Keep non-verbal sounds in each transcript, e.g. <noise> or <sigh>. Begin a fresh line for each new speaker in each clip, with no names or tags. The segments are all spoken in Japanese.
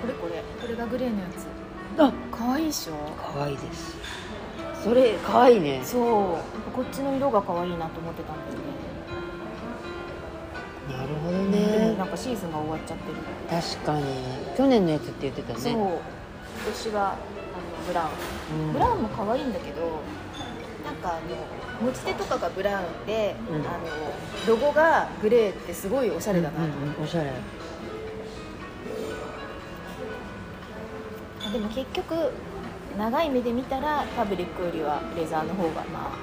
これこれこれがグレーのやつ
あ
可愛いでしょ
可愛いですそれ可愛いね
そうやっぱこっちの色が可愛いなと思ってたんだよね
なるほど
でも
ね
なんかシーズンが終わっちゃってる
確かに去年のやつって言ってたね
そう今年があのブラウン
うん
ブラウンも可愛いんだけどなんかあの持ち手とかがブラウンで、
うん
あのロゴがグレーってすごいおしゃれだなと、
うんうんおしゃれ
あでも結局長い目で見たらファブリックよりはレザーの方がま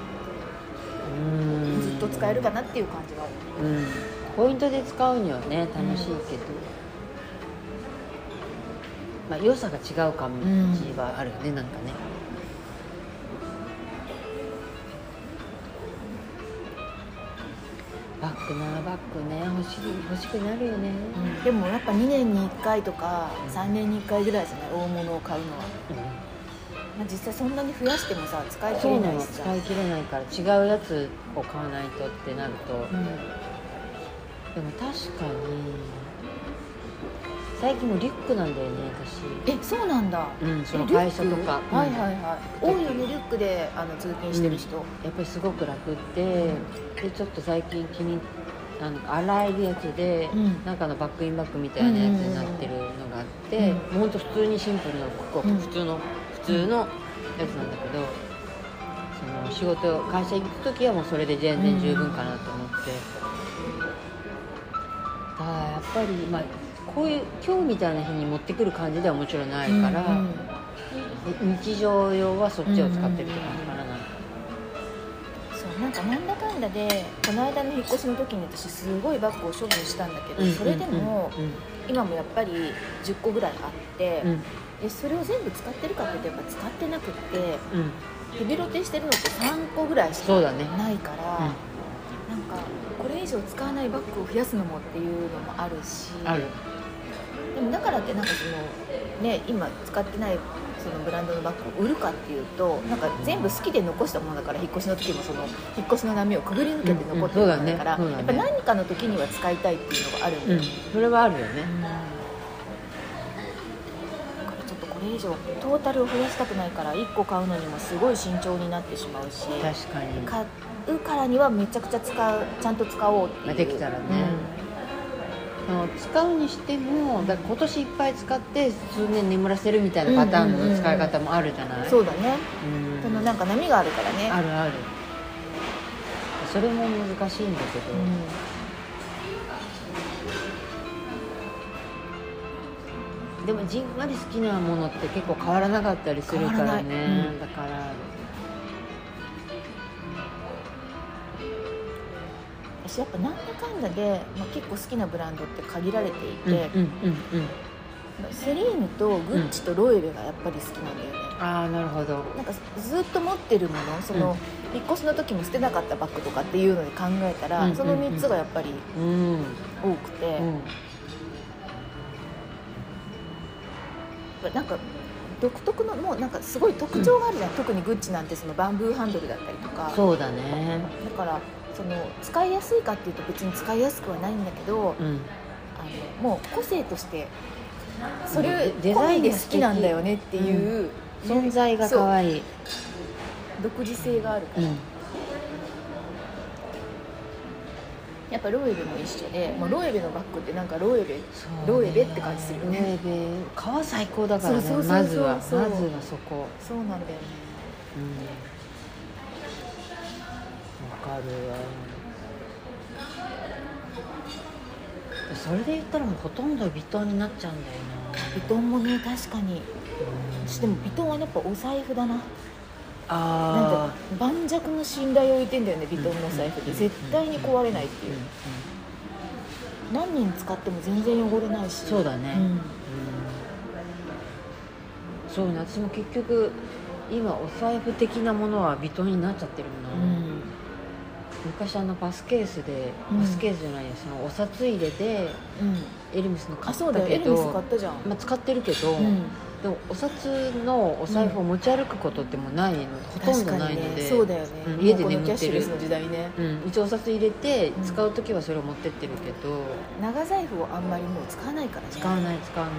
うん
あずっと使えるかなっていう感じがある
うんポイントで使うにはね楽しいけど、まあ良さが違う感じはあるよね、なんかねバッグなバッグね欲しい欲しくなるよね、
でもやっぱ2年に1回とか3年に1回ぐらいじゃない大物を買うのは、まあ、実際そんなに増やしてもさ使い切
そう
れ
な
ない
の
しさ
使い切れないから違うやつを買わないとってなると、
うん
でも確かに最近もリュックなんだよね私
えそうなんだ
うんその
えリュッ
会社とか
クはいはいはい、多いよねリュックであの通勤してる人、
やっぱりすごく楽ででちょっと最近気にあの洗えるやつで、
うん
中のバックインバッグみたいなやつになってるのがあって、
うん
もうほんと普通にシンプルなここ
うん
普通の普通のやつなんだけどその仕事会社行く時はもうそれで全然十分かなと思って、だからやっぱりまあこういう今日みたいな日に持ってくる感じではもちろんないから、
うんうん
日常用はそっちを使ってるって感じかななんか
そうなんかなんだかんだでこの間の引っ越しの時に私すごいバッグを処分したんだけど、それでも
うん
今もやっぱり10個ぐらいあって、
うん
でそれを全部使ってるかって言うとやっぱ使ってなくって
うん
ヘビロテしてるのって3個ぐらいしか
そうだね
ないから、なんかこれ以上使わないバッグを増やすのもっていうのもあるし
ある
でもだからってなんかそのね今使ってないそのブランドのバッグを売るかっていうとなんか全部好きで残したものだから引っ越しの時もその引っ越しの波をくぐり抜けて残ってるものだから、
うんうんそうだねそうだね
やっぱ何かの時には使いたいっていうのがあるんだ
う
よ
ん
ね、
それはあるよね
だからちょっとこれ以上トータルを増やしたくないから1個買うのにもすごい慎重になってしまうし
確かに
買うからにはめちゃくちゃ使うちゃんと使おうってい
まあ
う
できたらねあの使うにしてもだから今年いっぱい使って数年眠らせるみたいなパターンの使い方もあるじゃ
う
なんい
そううだね
ん
そのなんか波があるからね
あるあるそれも難しいんだけど、でもじんわり好きなものって結構変わらなかったりするか
変わらな
ら
い
ね、
うん
だから
私やっぱなんだかんだで、まあ、結構好きなブランドって限られていて、
うんうんうん
セリーヌとグッチとロエベがやっぱり好きなんだよね、
ああなるほど
なんかずっと持ってるものその、引っ越しの時も捨てなかったバッグとかっていうので考えたら、
うん
その3つがやっぱり
うん、うん、
多くて、やっぱなんか独特のもうなんかすごい特徴があるじゃん、特にグッチなんてそのバンブーハンドルだったりとか
そうだね
だからその使いやすいかっていうと別に使いやすくはないんだけど、
う
あ
ん
のもう個性としてそれ
デデザ
込
イ
み
ン
で
が
好
素
き
敵
なんだよねっていう、
存在が可愛い
独自性があるか
う
ら、
ん
やっぱロエベも一緒でもうロエベのバッグってなんかロエベ
そ
ロエベって感じするよね
ロエベ川最高だからね
そうそうそうそう
まずはまず
そう
はそこわ、
そうなんだよね
うん、わかるわそれで言ったらもうほとんど微糖になっちゃうんだよ
ヴィトンもね確かに
な
私でもヴィトンはやっぱお財布だななん
あ
か盤石の信頼を置いてんだよねヴィトンのお財布って
うん
絶対に壊れないって
ー、
いううん
う
何
ん
年使っても全然汚れないし
そうだね、
うん
うんそうね私も結局今お財布的なものはヴィトンになっちゃってる
う
な、
ん
昔あのバスケースで、
うん
バスケースじゃないやそのお札入れで
うん
エルメスの買
あ
っ
そう
た
だよエ
け
ルメス買っ
ど
たじゃん、
まあ、使ってるけど、
うん
でもお札のお財布を持ち歩くことってもうないの、ほとんどないので、
ね、そうだよね、
うん
も
家で
この
眠
キャ
っ
ッシ
て
ュレ
る
スの時代ね
うん、一応お札入れて
うん
使う時はそれを持ってってるけど、
長財布をあんまりもう使わないからね
使わない使わない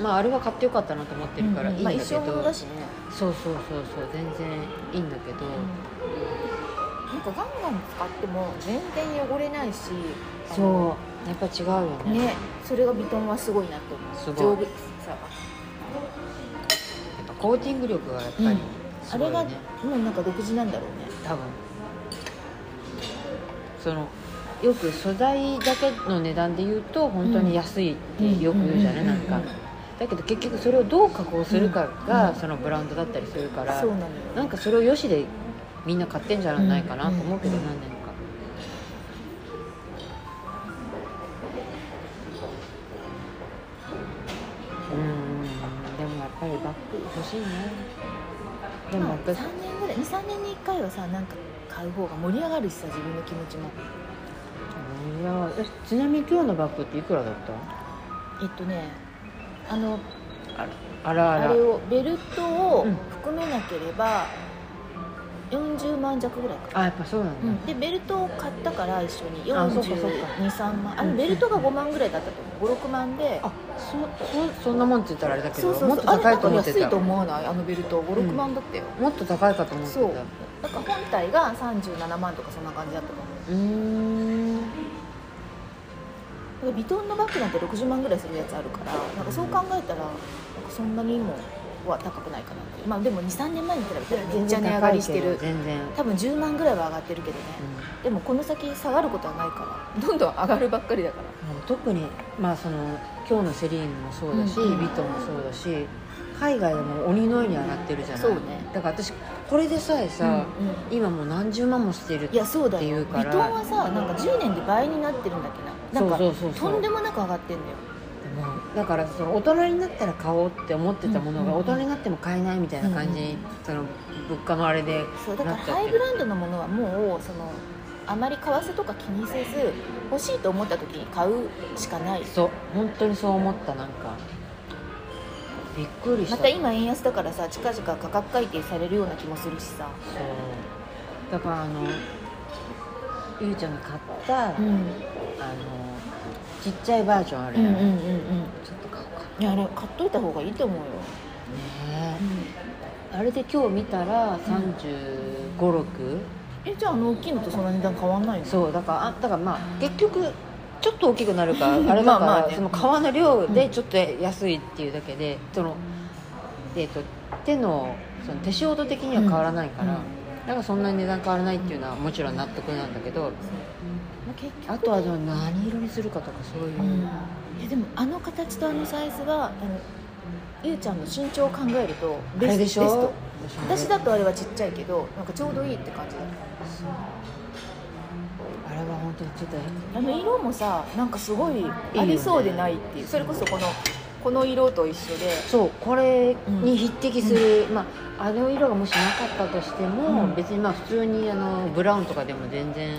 まああれは買ってよかったなと思ってるからいいんだ
まあ
け
一生
ど、
ものだしね、
そうそうそうそう全然いいんだけど、
なんかガンガン使っても全然汚れないしあの
そうやっぱ違うよねや
ねそれがヴィトンはすごいなって思う
すごい
丈夫さが
っぱコーティング力がやっぱりす
あ
ご
れ
いね、
がもうなんか独自なんだろうね
多分そのよく素材だけの値段で言うと本当に安いってよく言うじゃない、
うん
なんか、だけど結局それをどう加工するかが、
うん
そのブランドだったりするから、
そうなのよ
なんかそれをよしでみんな買ってんじゃないかなと思うけ
う
ど、
ん
何年かうんでもやっぱりバッグ欲しいねでも
まあ
私
3年ぐらい23年に1回はさなんか買う方が盛り上がるしさ自分の気持ちも
いやえちなみに今日のバッグっていくらだっ
えっとねあの
たあらあ
あ
ら
れをベルトを
うん
含めなければ40万弱ぐらいか、
あやっぱそうなんだ、
うん、でベルトを買ったから一緒に
あそうかそうか
423万あ
う
の
ん
ベルトが5万ぐらいだったと思う56万で
あそそそんなもんって言ったらあれだけど
そうそう
も
そ
っ
う
と
あれ
高
ないん
と
か
思って
安い
た
と思わないあのベルト56万だったよ、
もっと高いかと思ってた
そうなんか本体が37万とかそんな感じだったと思う
うーん
だからヴィトンのバッグなんて60万ぐらいするやつあるからなんかそう考えたらなんかそんなにもは高くないかなっていうまあでも23年前に比べたらめっちゃ値上がりしてる
全然、うん
多分10万ぐらいは上がってるけどね、でもこの先下がることはないからどんどん上がるばっかりだ
<laughs>
から
もう特にまあその今日のセリーヌもそうだし、
うん
ビトンもそうだし海外でも鬼のように上がってるじゃない
そうね
だから私これでさえ
う
さ、
んうん
今もう何十万もしてる
いやそうだ
ってい
よ
うか
ヴ
ら
ィトンはさなんか10年で倍になってるんだっけななんか
そうそうそうそう
とんでもなく上がってんだよ
うんだからその大人になったら買おうって思ってたものが
うん
大人になっても買えないみたいな感じに、
うん
その物価のあれで
そうだから
なっちゃってる
ハイブランドのものはもうそのあまり為替とか気にせず欲しいと思った時に買うしかない
そう本当にそう思ったなんかびっくりした
また今円安だからさ近々価格改定されるような気もするしさ
そうだからあのゆうちゃんが買った、
うん
あのちっちゃいバージョンあるやん、
んうん
ちょっと買おうかね
いやあれ買っといた方がいいと思うよ、
えあれで今日見たら3 5 6
えじゃああの大きいのとそんな値段変わんないの
そうだからあだからまあ結局ちょっと大きくなる
<laughs>
かあれ
ま
だ
あ
か
まあ
ら
ね
その皮の量でちょっと安いっていうだけでその、えー、と手のその手仕事的には変わらないから、
うんうん
だからそんなに値段変わらないっていうのはもちろん納得なんだけど
まあ結局
あとはその何色にするかとかそういう、
うんいやでもあの形とあのサイズはあのゆうちゃんの身長を考えると
あれでしょ
ベスト
私
私だとあれはちっちゃいけどなんかちょうどいいって感じだった
あれは本当にちょっと
あの色もさなんかすごいありそうでないっていうそれこそこのこの色と一緒で
そうこれに匹敵する、まああの色がもしなかったとしても、
うん
別にまあ普通にあのブラウンとかでも全然
い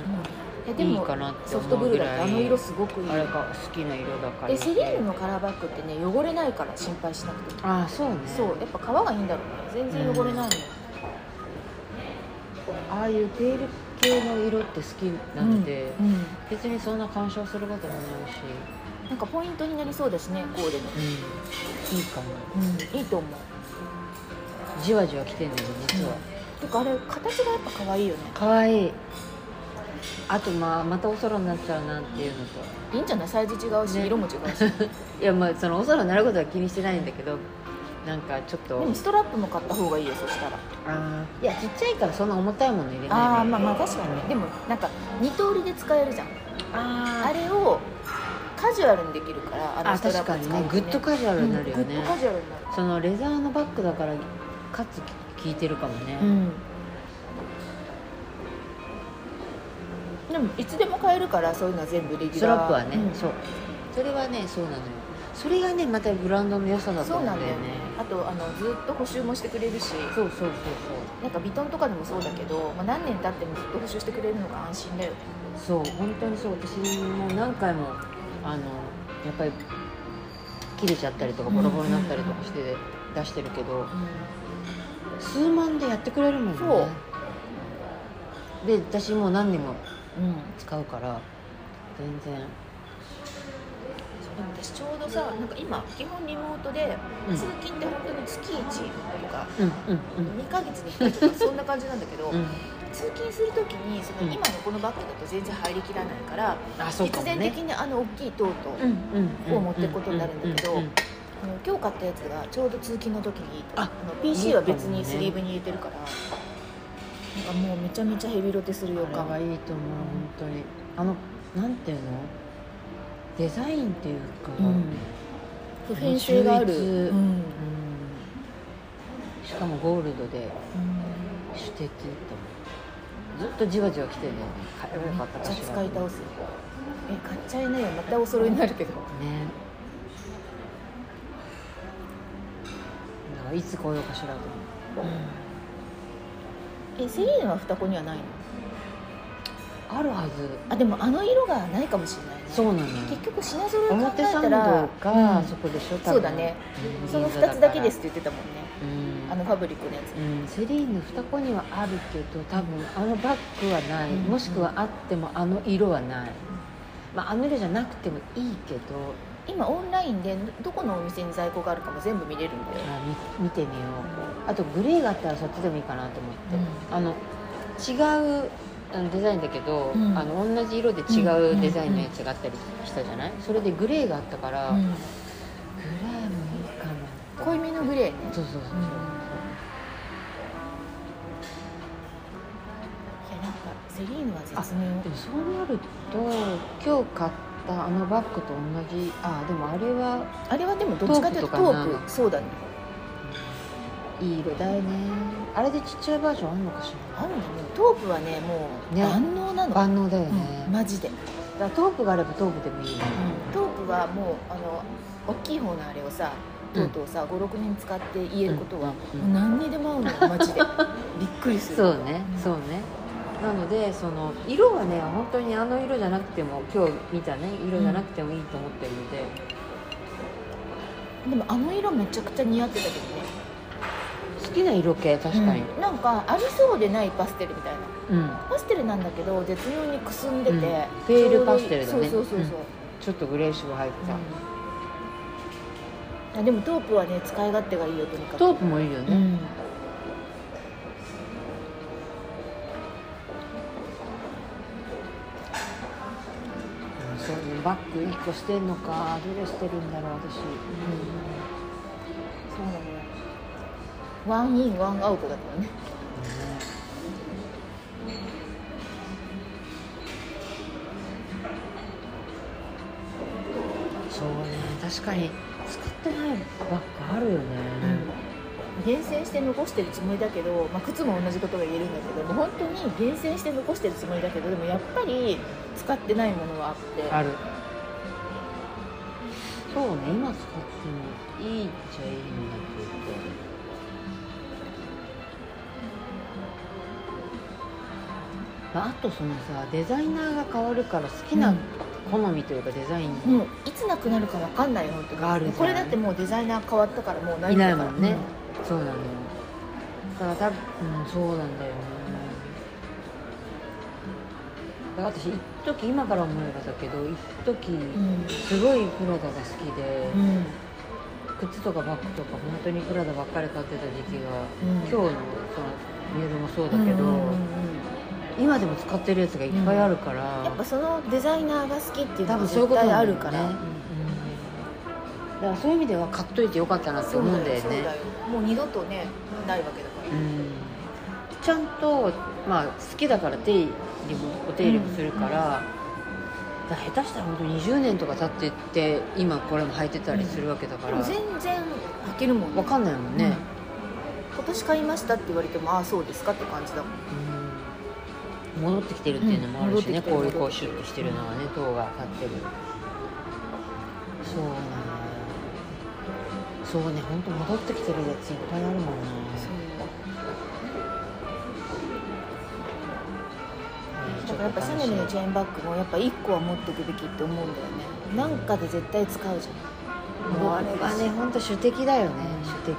やでも
いいかなって
ソ
思
フトブ
うぐらい
ルーだってあの色すごくいい
あれが好きな色だから
でセリーヌのカラーバッグってね汚れないから心配しなくていい
ああそうね
そうやっぱ皮がいいんだろうね全然汚れないのよ、
ああいうテール系の色って好きなので、
うんうん
別にそんな干渉することもないし、
なんかポイントになりそうだしねコーデの、
うん、いいかも
うん、いいと思う
じわじわきてんだけど実は、
てかあれ形がやっぱ可愛いよね
かわいいあとまあまたお空になっちゃうなっていうのと
いいんじゃないサイズ違うし、
ね
色も違うし <laughs> で
いやまあそのお空になることは気にしてないんだけどなんかちょっと
もストラップも買った方がいいよそしたら
あーいやちっちゃいからそんな重たいもの入れないの
ああまあまあ確かにねでもなんか二通りで使えるじゃん
あ
あ
ー
れをカジュアルにできるからあ
あ
のストラ
確か
ップ使
に
う
ね
と
グッとカジュアルになるよね、
うんグッとカジュアルになる
そのレザーのバッグだからかつ効いてるかもね、
うんでもいつでも買えるからそういうのは全部レギ
ス
ュ
ト
ラー
ラップはね、
うん
そうそれはねそうなのよそれがねまたブランドの良さだと
そう
思
な
うん
ん
だ
だよ
よ
ね
ね
あとあのずっと補修もしてくれるし
そうそうそう
なんかビトンとかでもそうだけど、まあ、何年経ってもずっと補修してくれるのが安心だよね
そうそう本当にそう私も何回もあのやっぱり切れちゃったりとかボロボロになったりとかして出してるけど、数万でやってくれるもんね
そ
で私もう何年も
うん、うん、
使うから全然
でも私ちょうどさなんか今基本リモートで
うん
通勤って本当に月1とか
うんうん
2ヶ月に1回とか
<laughs>
そんな感じなんだけど、
うんうん
通勤する時にその
うん
今のこのバッグだと全然入りきらないから、
あそう
必
かも
然
ね
的にあの大きいトート、
うんうん
を持っていくことになるんだけど
ううう
あの今日買ったやつがちょうど通勤の時に
あ
の PC は別に
いいか
ス
もね
リーブに入れてるから、なんかもうめちゃめちゃヘビロテする予
あれ
感
がいいと思う本当にあのなんていうのデザインっていうか、
うん不変性がある、
秀逸
うん
うんしかもゴールドで素敵と思うずっとじわじわ来てるの買えばよ
め
か
っ
った
ちゃ
か
使
し
い
ら
倒すえ買っちゃいなよまたお揃いになるけど
ねだからいつ来ようかしらと思う、
えセリーヌは双子にはないの
あるはず
あでもあの色がないかもしれないね
そうなのよ
結局品揃えを考え
表参
た
道
ら
か、
うん
そこでしょ多分
そうだね
うん
その2つだけですって言ってたもんね
うん
あのファブリックのやつ
うん、セリーヌ双子にはあるけど多分あのバッグはない、
うん
もしくはあってもあの色はない、まあ、あの色じゃなくてもいいけど
今オンラインでどこのお店に在庫があるかも全部見れるんだよ
あみ見てみようあとグレーがあったらそっちでもいいかなと思って、あの違うあのデザインだけど、
うん
あの同じ色で違うデザインのやつがあったりしたじゃない、それでグレーがあったから、グレーもいいかな
濃いめのグレーね
そうそうそうそ
うん
う、
いやなんかセリーヌは絶妙
でもそうなると今日買ったあのバッグと同じあでもあれは
あれはでもどっちかというと
ト
ト
ープ
ー
とかな
プそうだね
いい色だよねあれでちっちゃいバージョンあるのかし
あるんだねトープはねもう
ね
万能な
ら
の、
万能だよね、
うんマジで、
だからトープがあればトープでもいいね
トープはもうあの大きい方のあれをさとうとうさ56年使って言えることは、
うん
もう何にでも合うのよマジで
<laughs>
びっくりする
そうね
うん
そうねなのでその色はね本当にあの色じゃなくても今日見たね色じゃなくてもいいと思ってるので、
でもあの色めちゃくちゃ似合ってたけどね
好きな色系確かに
うんなんかありそうでないパステルみたいな
うん、
パステルなんだけど絶妙にくすんでて、
うん
ちょう
ペール
どいい
パステルだ
そ
ね
うそうそうそう、
ちょっとグレーシュが入ってた、
うんあでもトープはね使い勝手がいいよとにかく
トープもいいよ
う
ね、
ん
うんそうねバッグ1個してんのかどれしてるんだろう私、う
そうなのよワンインワンアウトだからね
んそうね確かに使ってないバッグあるよね、
厳選して残してるつもりだけど、まあ、靴も同じことが言えるんだけどもう本当に厳選して残してるつもりだけどでもやっぱり使ってないものはあって
あるそうね今使ってもいいっちゃいいんだけど、まあ、あとそのさデザイナーが変わるから好き
う
なん好みというかデザイン
もういつなくなるかわかんないよ本当に
があるじゃん
これだってもうデザイナー変わったからもうない
い
ん
ない
だか
も
ら
んね、そうなのよだから多分、うん、そうなんだよねだから私一時今から思えばだけど一時
うん
すごいプラダが好きで、
うん、うん
靴とかバッグとか本当にプラダばっかり買ってた時期が、
うん
今日のそのメールもそうだけど、
うんうんうん
今でも使ってるやつがいっぱいあるから、
やっぱそのデザイナーが好きっていう
多
のが
分そうい
絶
うことなん
対
だ
あ
よ
る
ね
から、
うんだからそういう意味では買っといてよかったなって
そう
思うんだ
だ
よ
よそう
ね
だよもう二度とねないわけだから、
うんちゃんと、まあ、好きだから手入れもお手入れもするから,、だから下手したら本当20年とか経ってって今これも履いてたりするわけだか
で
ら、
も全然履けるもん
わかんないもんね、
今年買いましたって言われてもああそうですかって感じだもん
うん戻ってきてるっていうのもあるしね、
うん
こう
戻
い
っ
う
てきてる
こうシュッとしてるのはね塔が立ってるそうなんだよねそうね本当戻ってきてるやついっぱいあるもんな
だからやっぱシャネルのチェーンバッグもやっぱ1個は持っておくべきって思うんだよねなんかで絶対使うじゃん
もうあれはね本当主敵だよね主敵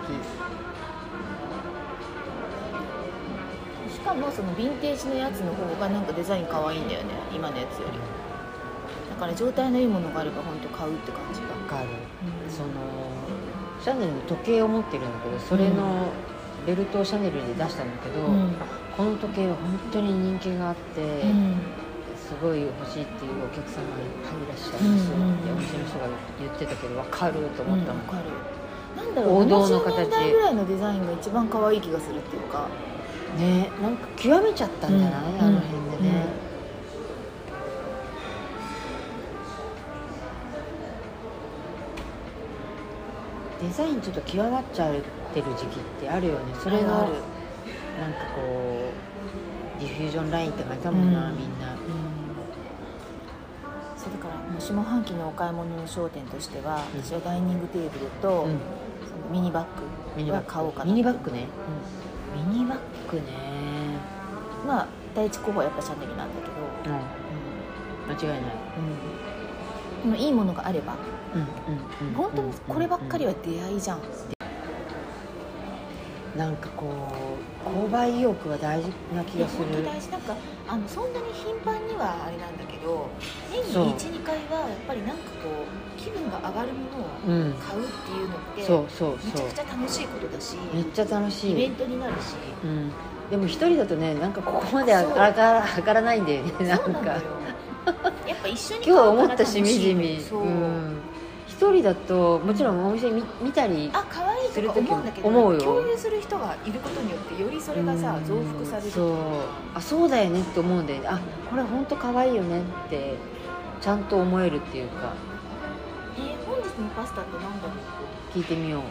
しかもそのヴィンテージのやつの方がなんかデザイン可愛いんだよね今のやつよりだから状態のいいものがあれば本当買うって感じが、
わかる
うん
そのシャネルの時計を持ってるんだけどそれのベルトをシャネルで出したんだけど、
うん
この時計は本当に人気があって、
うん
すごい欲しいっていうお客様がいっぱいいらっしゃるんですよ、
うん
でお店の人が言ってたけど分かると
う
思っ
ん、
た
わ
の、
かるなんだろう
王道の
70
形
年代ぐらいのデザインが一番可愛い気がするっていうか
ねなんか極めちゃったんじゃない、
うん
あの辺でね、デザインちょっと極まっちゃってる時期ってあるよねそれが
ある
なんかこうディフュージョンラインって書いたもんな、
うん
みんな
そうだからもう下半期のお買い物の焦点としては、
うん
私はダイニングテーブルと、
うん
そのミニバッ
ミニ
グ
バ
は
ッグ
買おうかな
ミニバッグね、
ミニバッ
ミニバッグね、
グまあ第一候補はやっぱシャネルなんだけど、
間違いない、
うんでもいいものがあれば
うんうんうん、
本当にこればっかりは出会いじゃん、
なんかこう購買意欲は大事な気
いや
がす
本
る
当大事なんかあのそんなに頻繁にはあれなんだけど年
そう
に12回はやっぱりなんかこう気分が上がるものを
うん
買うっていうのって、
そうそう
めち
そ
ゃ
う
くちゃ楽しいことだし
めっちゃ楽
イ
し
ベ
い
ン、トになるし
うん、でも一人だとねなんかここまで上
そう
がら上がらないんだよねな
そうんなんだ
か
よやっぱ一緒に
今日
買うか
思
ら
っ
楽
た
い
しみじみ
そう、
うん一人だともちろんお店見見たり
あ可愛いとか思うんだけど
思うよ
共有する人がいることによってよりそれがさ
うん
増幅される
そうあそうだよねって思うんであこれ本当可愛いよねってちゃんと思えるっていうか
えー本日のパスタって何だろう、
聞いてみよう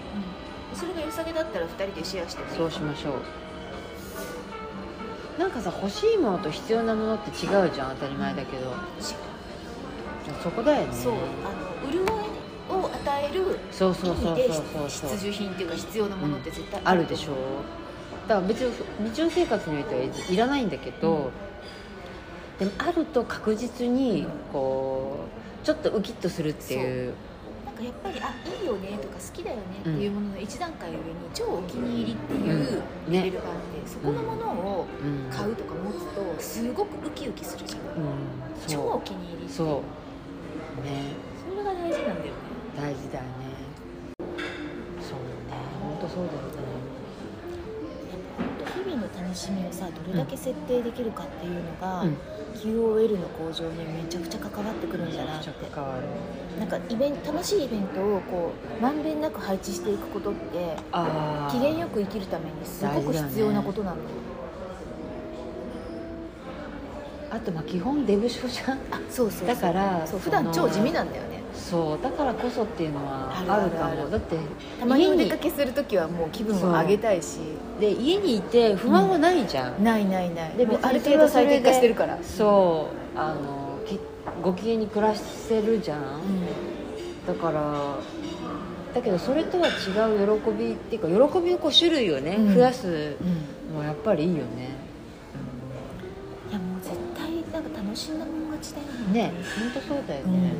それが良さげだったら2人でシェアしてもいいか
そうしましょうなんかさ欲しいものと必要なものって違うじゃん当たり前だけど
し
そこだよね
そうあの潤いを与える
そう
意
そうそ
味
う
で
そう
必
そうそう
需品っていうか必要なものって絶対
あるでし
ょ
ょだから別に日常生活においてはいらないんだけど、でもあると確実にこうちょっとウキッとするっていう
なんかやっぱりあいいよねとか好きだよねっていうものの一段階上に超お気に入りっていう
うん
レベ
ね
ルがあってそこのものを
うん
買うとか持つとすごくウキウキするじゃん
うん
超お
そ
気に入り
う
そ
そうね
れが大事なんだよね
大事だよねそうね本当そうだよね
日々の楽しみをさどれだけ設定できるかっていうのが、
うん
QOL の向上にめちゃくちゃ関わってくるんだなって
変わる
なんかイベント楽しいイベントをこうまんべんなく配置していくことって
あ
機嫌よく生きるためにすごく必要なことなの、
あとまあ基本デブ症じゃん
あそうそうそう
だから
そう
そ
普
の
段超地味なんだよね
そうだからこそっていうのは
あるある
あるかも
ある
だって
たまに
家
お
に
出かけする時はもう気分を上げたいし
で家にいて不安はないじゃん、
ないないない
で
もう
別に
ある程度最
それはそれで
適化してるから
そうあのきご機嫌に暮らせるじゃん、だからだけどそれとは違う喜びっていうか喜びをこう種類をね、
うん
増やす
うん、うん
のはやっぱりいいよね、
いやもう絶対なんか楽しんだもん勝ちだよ
ね本当そうだよ
うん
ね、